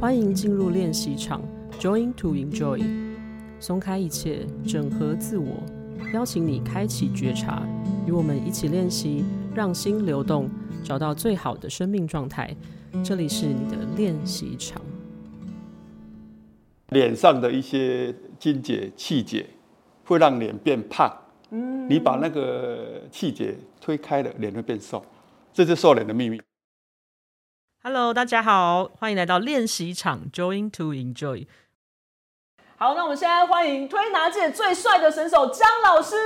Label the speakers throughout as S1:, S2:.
S1: 欢迎进入练习场，Join to enjoy。松开一切，整合自我，邀请你开启觉察，与我们一起练习，让心流动，找到最好的生命状态。这里是你的练习场。
S2: 脸上的一些筋结、气结，会让脸变胖。嗯，你把那个气结推开了，脸会变瘦，这是瘦脸的秘密。
S1: Hello，大家好，欢迎来到练习场，Join to enjoy。
S3: 好，那我们现在欢迎推拿界最帅的神手张 老师。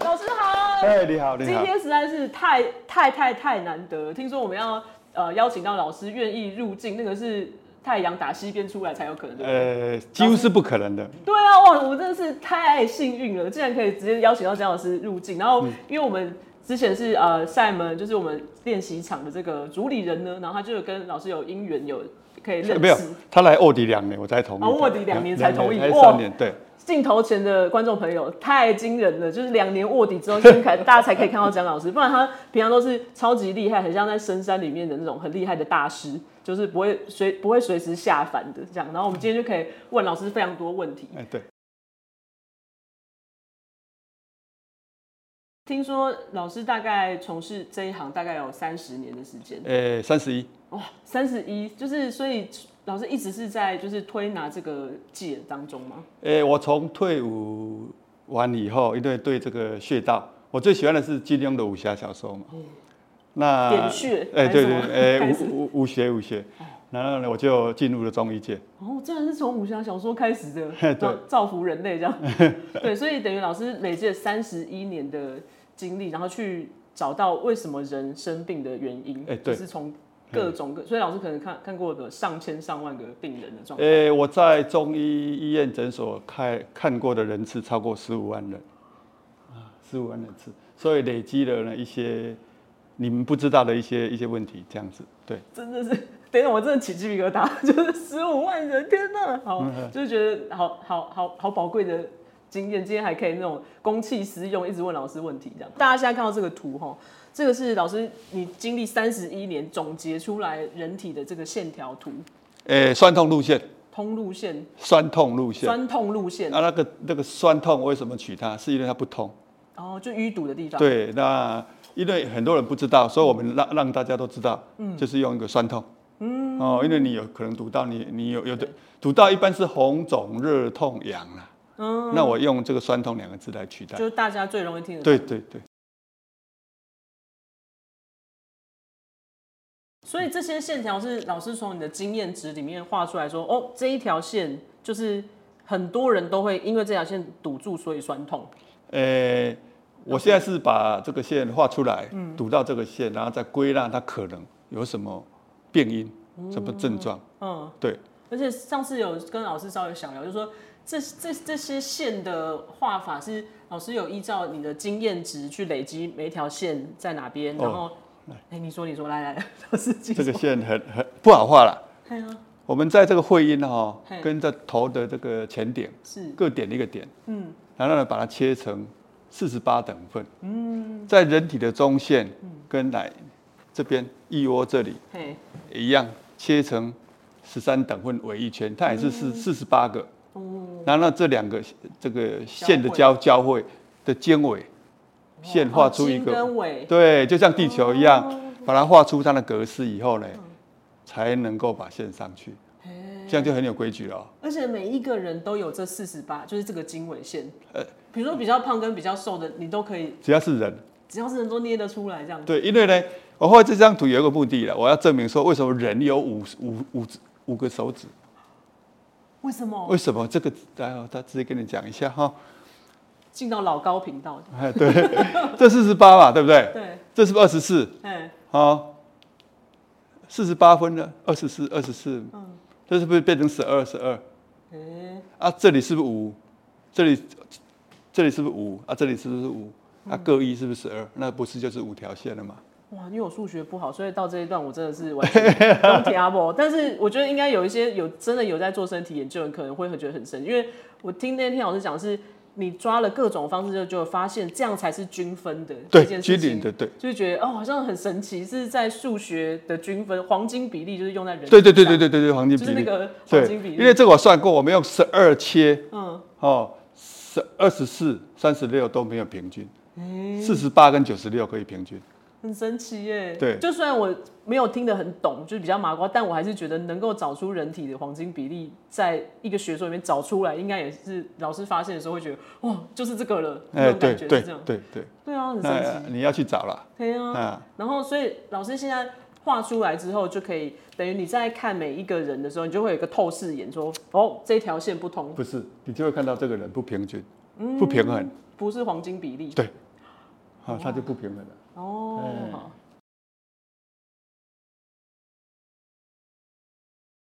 S3: 老师好，
S2: 哎，你好，你
S3: 今
S2: 好。
S3: 天实在是太太太太难得了，听说我们要呃邀请到老师愿意入境，那个是太阳打西边出来才有可能的。
S2: 呃，几乎是不可能的。
S3: 对啊，哇，我真的是太幸运了，竟然可以直接邀请到蒋老师入境。然
S2: 嗯
S3: 后，因为我们之前是呃赛门，就是我们练习场的这个主理人呢，然后他就有跟老师有姻缘，有可以认识。
S2: 呃没有，他来卧底两年，我才同意的。
S3: 哦卧底两年才同意
S2: 两年才哎
S3: 哇
S2: 三年，对。
S3: 镜头前的观众朋友太惊人了，就是两年卧底之后，现在开大家才可以看到蒋老师，不然他平常都是超级厉害，很像在深山里面的那种很厉害的大师，就是不会随不会随时下凡的这样。然后我们今天就可以问老师非常多问题。
S2: 哎，对，
S3: 听说老师大概从事这一行大概有三十年的时间，
S2: 呃，三十一，
S3: 哇，三十一，就是所以老师一直是在就是推拿这个界当中吗？
S2: 呃，我从退伍完以后，因为对这个穴道，我最喜欢的是金庸的武侠小说嘛。那
S3: 嗯点穴
S2: 哎，
S3: 还是
S2: 对
S3: 哦什么
S2: 对，哎，
S3: 开始
S2: 武武武学武学，然后呢，我就进入了中医界。
S3: 哦，竟然是从武侠小说开始的，
S2: 嘿对
S3: 造造福人类这 样。对，所以等于老师累积了三十一年的经历，然后去找到为什么人生病的原因，
S2: 哎
S3: 就
S2: 对
S3: 是从各种各，所以老师可能看看过的上千上万个病人的状态。
S2: 诶、哎我在中医医院诊所看看过的人次超过十五万人，啊，十五万人次，所以累积了呢一些你们不知道的一些一些问题，这样子，对，
S3: 真的是，等一下我真的起鸡皮疙瘩，就是十五万人，天哪，好，就是觉得好好好好宝贵的经验，今天还可以那种公器私用，一直问老师问题这样。大家现在看到这个图哈，这个是老师你经历三十一年总结出来人体的这个线条图，
S2: 诶、哎酸痛路线，
S3: 通路线、
S2: 酸痛路线，啊，
S3: 酸痛路线，
S2: 那个那个酸痛为什么取它？是因为它不通。
S3: 然后就淤堵的地方，，
S2: 对，那因为很多人不知道，所以我们让让大家都知道，就是用一个酸痛，嗯，哦，因为你有可能读到你你有有的读到一般是红肿热痛痒啦，嗯，那我用这个酸痛两个字来取代
S3: 就，是大家最容易听得到。
S2: 对对对，
S3: 所以这些线条是老师从你的经验值里面画出来说，哦，这一条线就是很多人都会因为这条线堵住，所以酸痛。
S2: 呃、我现在是把这个线画出来，读到这个线，然后再归纳它可能有什么病因、什么症状，
S3: 嗯，
S2: 对，
S3: 而且上次有跟老师稍微小聊，就是说这这这些线的画法是老师有依照你的经验值去累积每一条线在哪边，然后，哎、你说你说，来来，来 老师继
S2: 哦这
S3: 续
S2: 个。线很很不好画啦。
S3: 哎呀，
S2: 我们在这个会阴哈、哦
S3: 嘿，
S2: 跟着头的这个前点。
S3: 是
S2: 各点一个点，
S3: 嗯，
S2: 然后呢把它切成四十八等份，嗯，在人体的中线跟奶这边腋窝这里
S3: 嘿，
S2: 也一样切成十三等份围一圈，它也是四四十八个，然后呢这两个这个线的交交汇的经纬线画出一
S3: 哦筋
S2: 个，
S3: 跟尾，
S2: 对，就像地球一样，把它画出它的格式以后呢，才能够把线上去，这样就很有规矩了哦。
S3: 而且每一个人都有这四十八，就是这个经纬线。
S2: 呃
S3: 比如说比较胖跟比较瘦的，你都可以，
S2: 只要是人，
S3: 只要是人都捏得出来这样。
S2: 对，因为呢，我画这张图有一个目的了，我要证明说为什么人有五五五指五个手指，
S3: 为什么
S2: 为什么这个？待会他直接跟你讲一下哈。
S3: 进到老高频道的？
S2: 哎，对，这四十八嘛，对不对？
S3: 对，
S2: 这是不是二十四？
S3: 哎，
S2: 好，四十八分了，二十四，二十四，
S3: 嗯
S2: 这是不是变成十二，十二？
S3: 哎，
S2: 啊，这里是不是五？这里这里是不是五？啊，这里是不是五？
S3: 嗯
S2: 啊，各一是不是十二？那不是就是五条线了吗？
S3: 哇，因为我数学不好，所以到这一段我真的是完全都听不懂。 但是我觉得应该有一些有真的有在做身体研究的，人可能会很觉得很深，因为我听那天老师讲是。你抓了各种方式就就发现这样才是均分的这
S2: 对
S3: 件
S2: 均
S3: 事
S2: 匀
S3: 情，
S2: 的对
S3: 就觉得哦好像很神奇，是在数学的均分黄金比例就是用在人
S2: 对对对
S3: 身上
S2: 对对对对，黄金比
S3: 就是那
S2: 例，
S3: 个黄
S2: 对
S3: 金比，例，
S2: 因为这个我算过，我们用十二切，
S3: 嗯
S2: 哦，十二十四、三十六都没有平均，四十八跟九十六可以平均，
S3: 很神奇耶。
S2: 对
S3: 就虽然我没有听得很懂，就是比较麻瓜，但我还是觉得能够找出人体的黄金比例，在一个学说里面找出来，应该也是老师发现的时候会觉得哇，就是这个了，那种
S2: 哎对
S3: 感觉
S2: 对哎
S3: 是这样。
S2: 对对，
S3: 对啊，很神奇
S2: 那。你要去找了，
S3: 对啊，
S2: 啊，
S3: 然后所以老师现在画出来之后，就可以等于你在看每一个人的时候，你就会有一个透视眼说，哦，这条线不同，
S2: 不是，你就会看到这个人不平均，
S3: 嗯
S2: 不平衡，
S3: 不是黄金比例。
S2: 对，啊，他就不平衡了。
S3: 哦，
S2: 哎
S3: 好。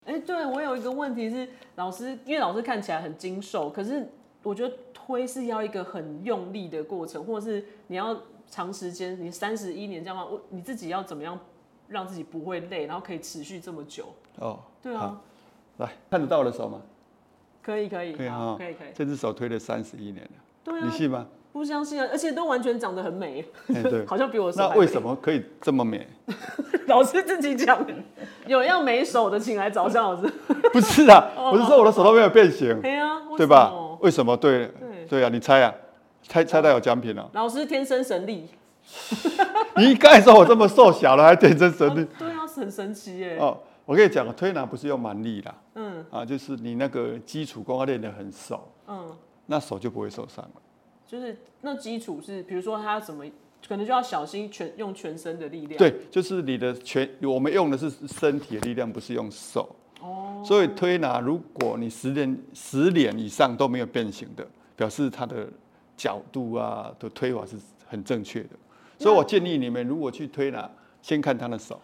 S3: 哎，对我有一个问题是，老师因为老师看起来很精瘦，可是我觉得推是要一个很用力的过程，或者是你要长时间，你三十一年这样的话，我你自己要怎么样让自己不会累，然后可以持续这么久？
S2: 哦，
S3: 对啊，
S2: 好，来看得到我的手吗？
S3: 可以可以
S2: 可以
S3: 好
S2: 哈，
S3: 可以可以，
S2: 这只手推了三十一年了，
S3: 对
S2: 你
S3: 啊，
S2: 信吗？
S3: 不相信啊，而且都完全长得很美，。
S2: 哎，对
S3: 好像比我
S2: 那为什
S3: 么？
S2: 么可以这 么美？
S3: 老师自己讲的，有要没手的请来找向老师。
S2: 不是啊，
S3: 哦
S2: 我是说我的手都没有变形，
S3: 对啊，为
S2: 对
S3: 什
S2: 吧
S3: 么？
S2: 为什么？对
S3: 对
S2: 对啊，你猜啊，猜猜到有奖品了。
S3: 老师天生神力，
S2: 你刚才说我这么瘦小了，还天生神力
S3: 对啊，很神奇耶。
S2: 哦！我跟你讲，推拿不是用蛮力啦，
S3: 嗯
S2: 啊，就是你那个基础功要练得很熟，
S3: 嗯，
S2: 那手就不会受伤了。
S3: 就是那基础是，比如说他怎么，可能就要小心全用全身的力量。，
S2: 对，就是你的全，我们用的是身体的力量，不是用手。
S3: 哦，
S2: 所以推拿，如果你十年十年以上都没有变形的，表示它的角度啊的推法是很正确的。所以我建议你们，如果去推拿，先看他的手。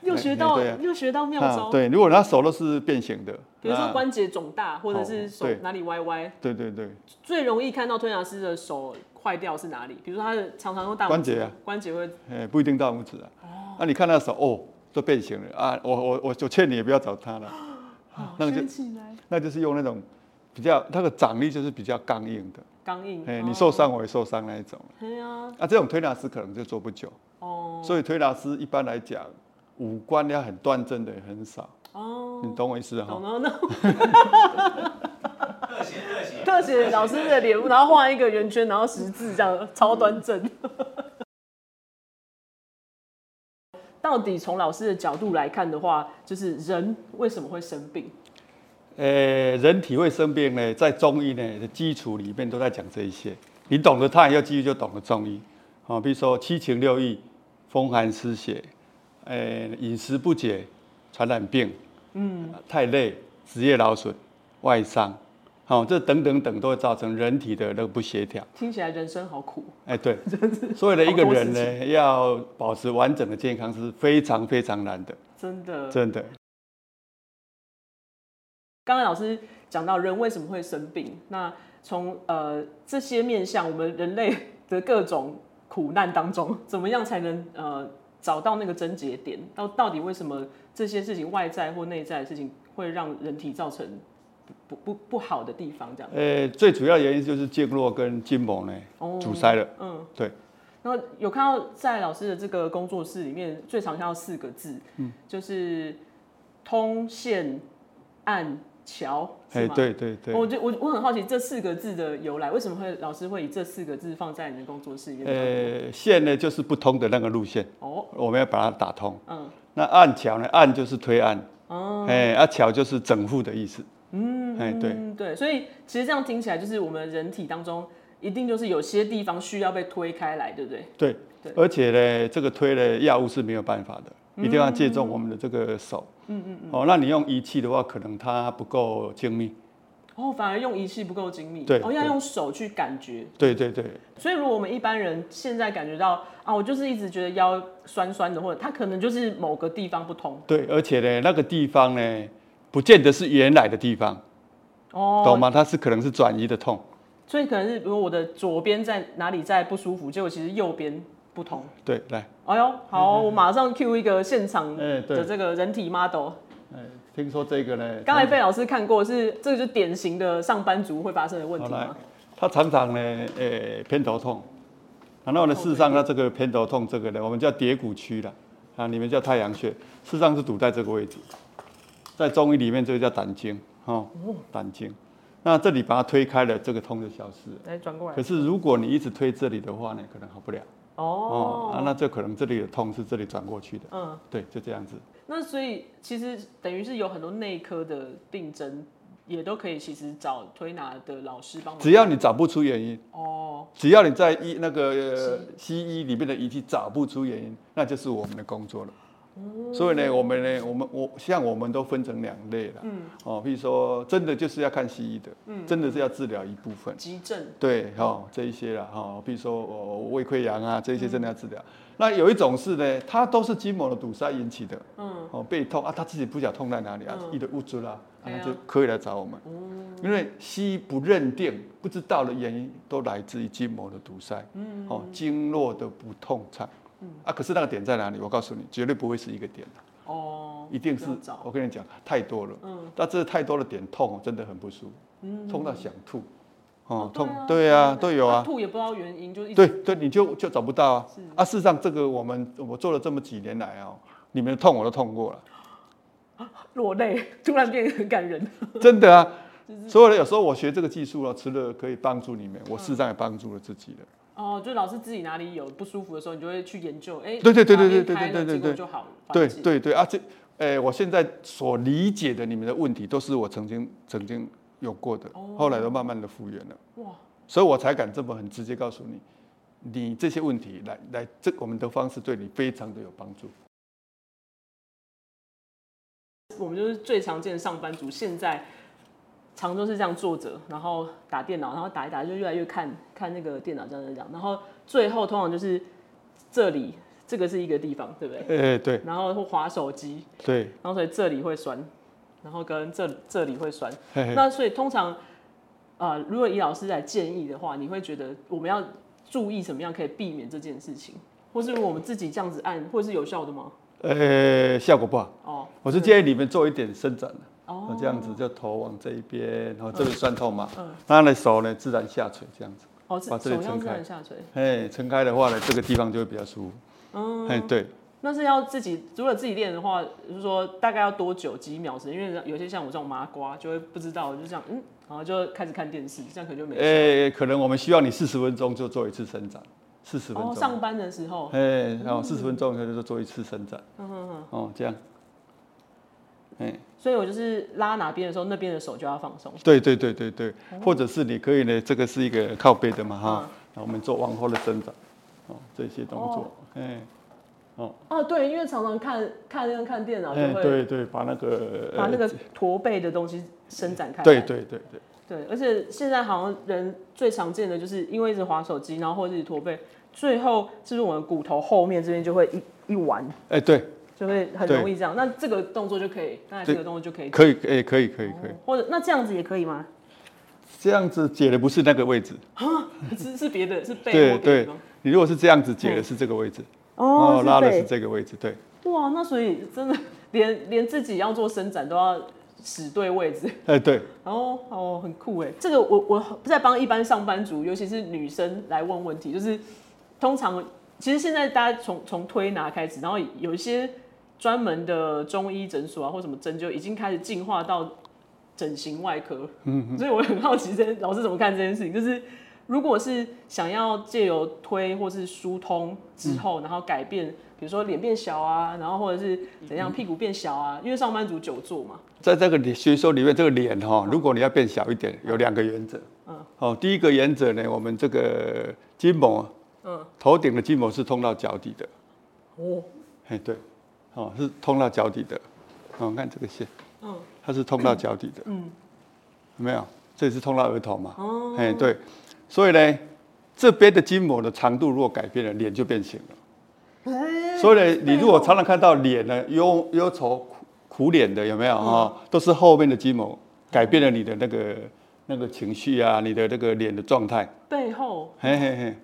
S3: 又学到
S2: 对啊
S3: 又学到妙
S2: 啊，
S3: 招，
S2: 对，如果他手都是变形的，
S3: 比如说
S2: 那
S3: 关节肿大，或者是
S2: 哦
S3: 手
S2: 对
S3: 哪里歪歪，
S2: 对对对，
S3: 最容易看到推拿师的手坏掉是哪里？比如说他的常常用大拇指
S2: 关节啊
S3: 关节会
S2: 哎、不一定大拇指啊。那、你看他的手，哦，都变形了啊！我我我就劝你也不要找他了，
S3: 哦好
S2: 那个就
S3: 掀起来，
S2: 那就是用那种比较那个掌力就是比较刚硬的，
S3: 刚硬。
S2: 哎、
S3: 哦
S2: 你受。伤我也受伤那一种。
S3: 对啊，
S2: 啊，这种推拿师可能就做不久，
S3: 哦
S2: 所以推拿师一般来讲，五官要很端正的也很少，
S3: 哦，
S2: 你懂我意思哈
S3: 懂？了那
S4: 特写特写。
S3: 特写老师的脸，然后画一个圆圈，然后十字这样，超端正。到底从老师的角度来看的话，就是人为什么会生病？
S2: 呃、人体会生病呢，在中医呢的基础里面都在讲这一些。你懂得太阳药剂，就懂得中医。啊、比如说七情六欲、风寒湿邪，呃、饮食不节、传染病，嗯，太累、职业劳损、外伤，好、这等等等都会造成人体的那个不协调。
S3: 听起来人生好苦，
S2: 哎，对，所以呢，一个
S3: 好多
S2: 人呢，要保持完整的健康是非常非常难的，
S3: 真的。
S2: 真的。
S3: 刚才老师讲到人为什么会生病，那从呃这些面向，我们人类 的各种苦难当中，怎么样才能呃找到那个症结点？到到底为什么这些事情外在或内在的事情会让人体造成不不不不好的地方？这样，
S2: 呃，最主要原因就是经络跟筋膜呢
S3: 哦
S2: 阻塞了，
S3: 嗯，
S2: 对。
S3: 然后有看到在老师的这个工作室里面，最常看到四个字，嗯，就是通线按桥，是
S2: 哎，
S3: 吗哦
S2: 对对对，
S3: 我就我我很好奇这四个字的由来，为什么会老师会以这四个字放在你的工作室里面？
S2: 呃，线呢就是不通的那个路线，
S3: 哦，
S2: 我们要把它打通。
S3: 嗯，
S2: 那按桥呢，按就是推按，
S3: 哦，
S2: 哎，啊桥就是整户的意思，
S3: 嗯，
S2: 哎对
S3: 嗯对，所以其实这样听起来，就是我们人体当中一定就是有些地方需要被推开来，对不对？对。
S2: 对
S3: 嗯
S2: 而且呢，这个推呢药物是没有办法的，一定要借重我们的这个手。嗯嗯哦，那你用仪器的话，可能它不够精密。
S3: 哦，反而用仪器不够精密，
S2: 对
S3: 哦，要
S2: 对
S3: 用手去感觉。
S2: 对对对，
S3: 所以如果我们一般人现在感觉到啊，我就是一直觉得腰酸酸的，或者它可能就是某个地方不通，
S2: 对，而且呢，那个地方呢，不见得是原来的地方，
S3: 哦，
S2: 懂吗？它是可能是转移的痛，
S3: 所以可能是比如我的左边在哪里在不舒服，结果其实右边不通。
S2: 对，来，
S3: 哎呦，好，我马上 Q 一个现场
S2: 哎嗯对
S3: 的这个人体 model。
S2: 哎，听说这个呢，
S3: 刚才被老师看过，是这个就典型的上班族会发生的问
S2: 好
S3: 题
S2: 来
S3: 吗？，
S2: 它常常呢，呃、偏头痛。然后呢，事实上它这个偏头痛这个呢，我们叫蝶骨区啦，啊，你们叫太阳穴，事实上是堵在这个位置，在中医里面这个叫胆经，哦，胆经。那这里把它推开了，这个痛就消失了。
S3: 来转过来
S2: 可。是如果你一直推这里的话呢，可能好不了哦、啊
S3: 哦，
S2: 那这可能这里的痛是这里转过去的，
S3: 嗯，
S2: 对，就这样子。
S3: 那所以其实等于是有很多内科的病症，也都可以其实找推拿的老师帮忙。
S2: 只要你找不出原因，
S3: 哦，
S2: 只要你在医那个呃西医里面的仪器找不出原因，那就是我们的工作了。
S3: 哦
S2: 所以呢，我们呢，我们我像我们都分成两类了，嗯，哦，譬如说真的就是要看西医的，嗯，真的是要治疗一部分，
S3: 急症
S2: 对，哦，这一些啦，哦，譬如说我胃溃疡啊，这一
S3: 嗯
S2: 些真的要治疗。那有一种是呢，它都是筋膜的堵塞引起的，嗯，哦，背痛啊，他自己不晓得痛在哪里啊，一的物质啦，啊哦
S3: 哎
S2: 那
S3: 呀
S2: 就可以来找我们。因为西医不认定、不知道的原因，都来自于筋膜的堵塞，嗯，哦，经络的不通畅，啊，可是那个点在哪里？我告诉你，绝对不会是一个点。
S3: 哦，
S2: 一定是
S3: 要找
S2: 我跟你讲太多了，嗯，但这太多的点痛哦真的很不舒服，嗯，痛到想吐，
S3: 哦
S2: 痛，
S3: 对
S2: 对
S3: 啊
S2: 啊，都有啊，
S3: 吐也不知道原因，就一直
S2: 对对，你就就找不到啊，啊，事实上这个我们我做了这么几年来哦，你们的痛我都痛过了，
S3: 落泪， 突然变得很感人。
S2: 真的啊，所以呢有时候我学这个技术了，除了可以帮助你们，
S3: 嗯
S2: 我事实上也帮助了自己了，
S3: 哦，就老是自己哪里有不舒服的时候，你就会去研究，哎、
S2: 对对对
S3: 哪边
S2: 对对
S3: 开了
S2: 对对
S3: 结果
S2: 对
S3: 就好了，
S2: 对
S3: 缓解，
S2: 对对啊，这，哎，我现在所理解的你们的问题，都是我曾经曾经有过的，后来都慢慢的复原了。
S3: 哦哇，
S2: 所以我才敢这么很直接告诉你，你这些问题来来，这我们的方式对你非常的有帮助。
S3: 我们就是最常见的上班族，现在常都是这样坐着，然后打电脑，然后打一打就越来越看看那个电脑这样这样这样，然后最后通常就是这里这个是一个地方，对不对？
S2: 哎、对
S3: 然后会滑手机，
S2: 对，
S3: 然后所以这里会酸，然后跟这这里会酸，
S2: 嘿嘿
S3: 那所以通常，呃，如果以老师来建议的话，你会觉得我们要注意什么样可以避免这件事情，或是如果我们自己这样子按，会是有效的吗？
S2: 呃、效果不好。
S3: 哦，
S2: 我是建议你们做一点伸展
S3: 哦嗯
S2: 哦，这样子就头往这一边，然后这里酸痛嘛，那你的手呢自然下垂这样子，
S3: 哦，是
S2: 把这里
S3: 手要
S2: 撑
S3: 自然
S2: 开
S3: 下垂，
S2: 哎，撑开的话呢，这个地方就会比较舒服。
S3: 哦
S2: 嗯，哎，对，
S3: 那是要自己如果自己练的话，就是说大概要多久几秒时间？因为有些像我这种麻瓜就会不知道，我就这样嗯，然后就开始看电视，这样可能就没
S2: 哎、
S3: 事。
S2: 可能我们需要你四十分钟就做一次伸展，四十分
S3: 哦，嗯
S2: 钟。
S3: 上班的时候，
S2: 哎，然后四十分钟以后就做一次伸展，
S3: 嗯
S2: 哦，这样，哎，
S3: 所以我就是拉哪边的时候，那边的手就要放松。
S2: 对对对对对，
S3: 哦
S2: 或者是你可以呢，这个是一个靠背的嘛哈，
S3: 嗯
S2: 然后我们做往后的伸展，哦，这些动作，哎、
S3: 哦，对，因为常常看看那个看电脑就
S2: 哎，
S3: 会
S2: 对对，把那个，
S3: 把那个驼背的东西伸展开来。
S2: 呃对对对对，
S3: 对而且现在好像人最常见的就是因为一直滑手机，然后或者是驼背，最后是不是我们骨头后面这边就会一一弯，
S2: 哎对，
S3: 就会很容易这样。那这个动作就可以，刚才这个动作就可以，
S2: 可以哎可以可以可以，
S3: 或者那这样子也可以吗？
S2: 这样子解的不是那个位置，
S3: 是是别的，是背
S2: 对
S3: 或别的
S2: 对
S3: 地方。，
S2: 你如果是这样子解的是这个位置，
S3: 哦，
S2: 拉的是
S3: 背
S2: 这个位置，对。
S3: 哇，那所以真的连连自己要做伸展都要使对位置。
S2: 哎，对，
S3: 哦哦，很酷哎！这个我我在帮一般上班族，尤其是女生来问问题，就是通常其实现在大家从从推拿开始，然后有一些专门的中医诊所啊或什么针灸已经开始进化到整形外科，嗯，所以我很好奇这些老师怎么看这件事情，就是如果是想要借由推或是疏通之后，然后改变，比如说脸变小啊，然后或者是怎样屁股变小啊，因为上班族久坐嘛，
S2: 在这个学说里面，这个脸哈、如果你要变小一点，有两个原则。嗯。哦，第一个原则呢，我们这个筋膜，嗯，头顶的筋膜是通到脚底的。
S3: 哦，
S2: 哎，对，哦，是通到脚底的。哦，看这个线，
S3: 嗯，
S2: 它是通到脚底的。嗯。有没有？这也是通到额头嘛。哦。哎，对，所以呢，这边的筋膜的长度如果改变了，脸就变形了。所以呢，你如果常常看到脸呢忧忧愁苦苦脸的，有没有哈、都是后面的筋膜改变了你的那个那个情绪啊，你的那个脸的状态。
S3: 背后。
S2: 嘿嘿嘿，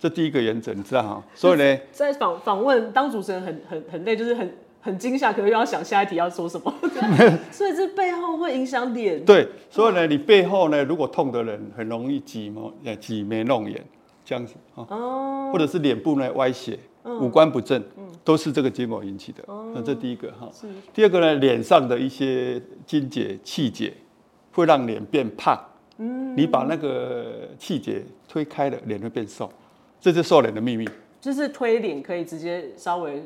S2: 这第一个原则你知道哈、所以呢，
S3: 在访访问当主持人很很很累，就是很很惊吓，可是又要想下一题要说什 么，所以这背后会影响脸。
S2: 对，所以呢，你背后呢，如果痛的人很容易挤眉呃挤眉弄眼这样子啊，
S3: 哦，
S2: 或者是脸部呢歪斜、
S3: 嗯
S2: 五官不正，都是这个结膜引起的。那这第一个哈，
S3: 是
S2: 第二个呢，脸上的一些筋结、气结会让脸变胖。嗯，你把那个气结推开了，脸会变瘦，这是瘦脸的秘密。
S3: 就是推脸可以直接稍微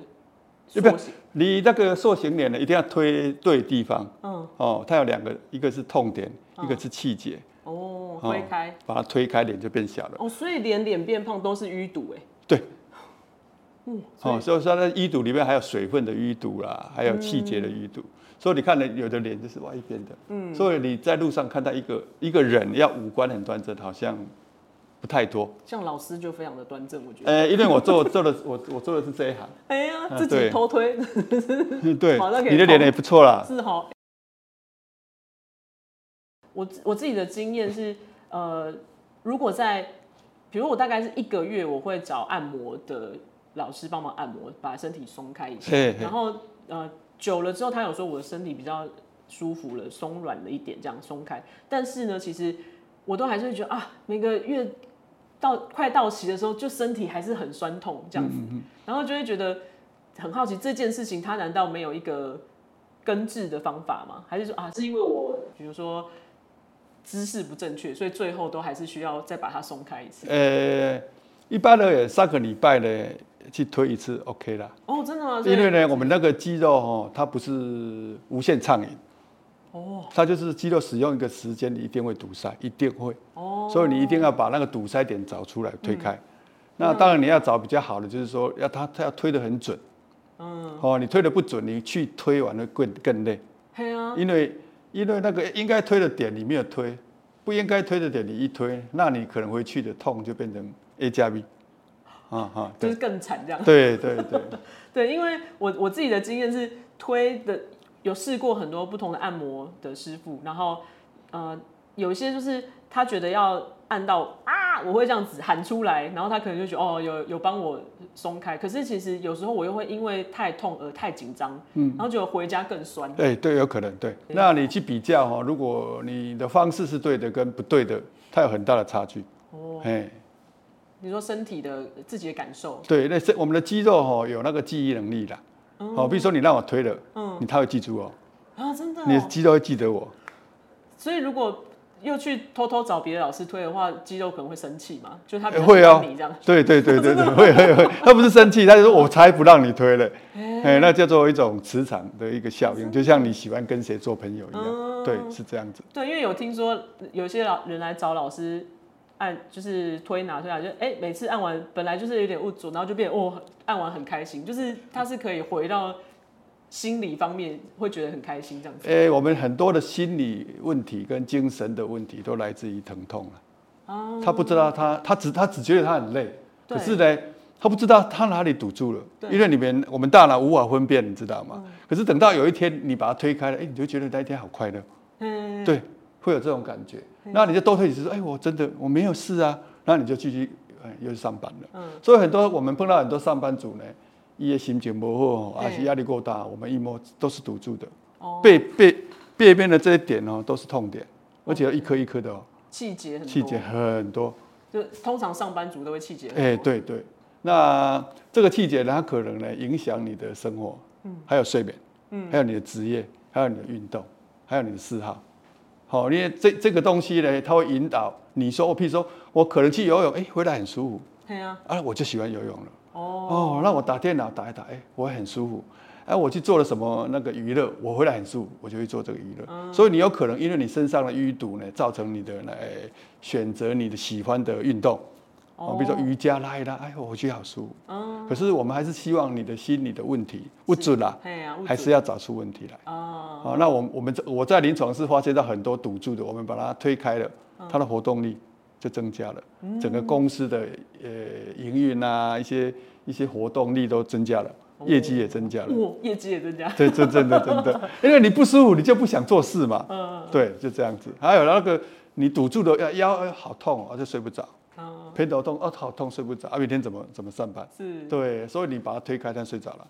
S2: 不
S3: 缩
S2: 要
S3: 形，
S2: 你那个塑形脸呢，一定要推对地方。
S3: 嗯，
S2: 哦，它有两个，一个是痛点，一个是气结。
S3: 哦，
S2: 哦
S3: 推开，
S2: 把它推开，脸就变小了。
S3: 哦，所以连脸变胖都是淤堵，哎，
S2: 对，
S3: 嗯，
S2: 哦，所以说它的淤堵里面还有水分的淤堵啦，还有气结的淤堵。所以你看呢，有的脸就是歪一边的。嗯，所以你在路上看到一个一个人要五官很端正，好像不太多。
S3: 像老师就非常的端正，我觉得。
S2: 呃，因为我做做的我我做的是这一行，
S3: 哎呀，
S2: 啊
S3: 自己
S2: 对
S3: 偷推
S2: 对
S3: 好那可，以
S2: 你的脸
S3: 靠
S2: 也不错啦。
S3: 是哈。我自我自己的经验是，呃，如果在，比如我大概是一个月，我会找按摩的老师帮忙按摩，把身体松开一下。
S2: 嘿嘿
S3: 然，后呃，久了之后，他有说我的身体比较舒服了，松软了一点，这样松开。但是呢，其实我都还是会觉得啊，每个月到快到期的时候，就身体还是很酸痛这样
S2: 嗯
S3: 子，然后就会觉得很好奇这件事情，它难道没有一个根治的方法吗？还是说啊，是因为我比如说姿势不正确，所以最后都还是需要再把它松开一次？
S2: 呃，一般呢，三个礼拜呢去推一次 OK 啦。
S3: 哦，真的吗？所以
S2: 啊因为呢，我们那个肌肉哦，它不是无限畅饮，
S3: 哦
S2: 它就是肌肉使用一个时间，你一定会堵塞，一定会，
S3: 哦，
S2: 所以你一定要把那个堵塞点找出来推
S3: 嗯
S2: 开。那当然你要找比较好的，就是说要它它要推得很准，
S3: 嗯，
S2: 哦，你推得不准，你去推完了更更累，
S3: 嘿啊，
S2: 因为因为那个应该推的点你没有推，不应该推的点你一推，那你可能回去的痛就变成 A 加 B，啊啊，
S3: 就
S2: 对
S3: 是更惨这样。
S2: 对对对，
S3: 对，因为我我自己的经验是推的，有试过很多不同的按摩的师傅，然后呃，有一些就是他觉得要按到啊，我会这样子喊出来，然后他可能就觉得哦，有有帮我松开，可是其实有时候我又会因为太痛而太紧张，嗯，然后觉得回家更酸，
S2: 对哎对，有可能对。那你去比较哈、如果你的方式是对的跟不对的，它有很大的差距。哦，哎，
S3: 你说身体的自己的感受，
S2: 对，那是我们的肌肉哈、有那个记忆能力啦。哦，比如说你让我推了，嗯，你它会记住哦，
S3: 嗯啊，真的、
S2: 你的
S3: 哦，
S2: 肌肉会记得我。
S3: 所以如果又去偷偷找别的老师推的话，肌肉可能会生气嘛，就他比
S2: 哎
S3: 较
S2: 会
S3: 喜欢
S2: 哦
S3: 你这样，
S2: 对对对对对，会 会会，他不是生气，他就说我才不让你推了。
S3: 哦
S2: 哎，那叫做一种磁场的一个效应，就像你喜欢跟谁做朋友一
S3: 哦
S2: 样，对，是这样子。
S3: 对，因为有听说有些老人来找老师按，就是推拿推拿，就哎、每次按完本来就是有点不足，然后就变哦按完很开心，就是他是可以回到心理方面会觉得很开心这样子
S2: 哎，我们很多的心理问题跟精神的问题都来自于疼痛了。
S3: 啊，
S2: 他不知道他他只他只觉得他很累，
S3: 对
S2: 可是呢，他不知道他哪里堵住了
S3: 对，嗯
S2: 因为里面我们大脑无法分辨，你知道吗？可是等到有一天你把它推开了，哎、你就觉得那一天好快乐，
S3: 嗯，
S2: 对，会有这种感觉。那你就多推几次，哎、我真的我没有事啊，那你就继续哎又去上班了。
S3: 嗯
S2: 所以很多我们碰到很多上班族呢，一些心情不好，
S3: 对
S2: 还是压力过大，我们一摸都是堵住的，
S3: 哦，
S2: 背背背边的这一点哦都是痛点，而且要一颗一颗的哦，
S3: 气节很多，
S2: 气节很多。
S3: 就通常上班族都会气节很多，
S2: 哎、对对，那这个气节呢，它可能呢影响你的生活，嗯，还有睡眠，嗯，还有你的职业，还有你的运动，还有你的嗜好。好、因为这这个东西呢，它会引导你说，我譬如说我可能去游泳，哎、回来很舒服，
S3: 对啊，
S2: 啊，我就喜欢游泳了。
S3: 哦，
S2: 哦，那我打电脑打一打，哎、我很舒服。哎、我去做了什么那个娱乐，我回来很舒服，我就去做这个娱乐。
S3: 嗯
S2: 所以你有可能因为你身上的淤堵呢，造成你的呢、哎选择你的喜欢的运动。哦，比如说瑜伽拉一拉，哎，我觉得好舒服。
S3: 嗯，
S2: 可是我们还是希望你的心理的问题不准啦，
S3: 哎呀、物
S2: 还
S3: 质
S2: 是要找出问题来。
S3: 啊，
S2: 哦，那我我们这我在临床是发现到很多堵住的，我们把它推开了，
S3: 啊
S2: 它的活动力就增加了，
S3: 嗯
S2: 整个公司的呃营运啊，一些一些活动力都增加了，业绩也增加了。
S3: 哦，业绩也增加，
S2: 对，真真的真的， 因为你不舒服，你就不想做事嘛。
S3: 嗯
S2: 对，就这样子。还有那个你堵住的腰腰哎好痛，啊，就睡不着，
S3: 嗯，
S2: 哦偏头痛，啊，好痛，睡不着，啊，明天怎么怎么上班？
S3: 是
S2: 对，所以你把它推开，他睡着了。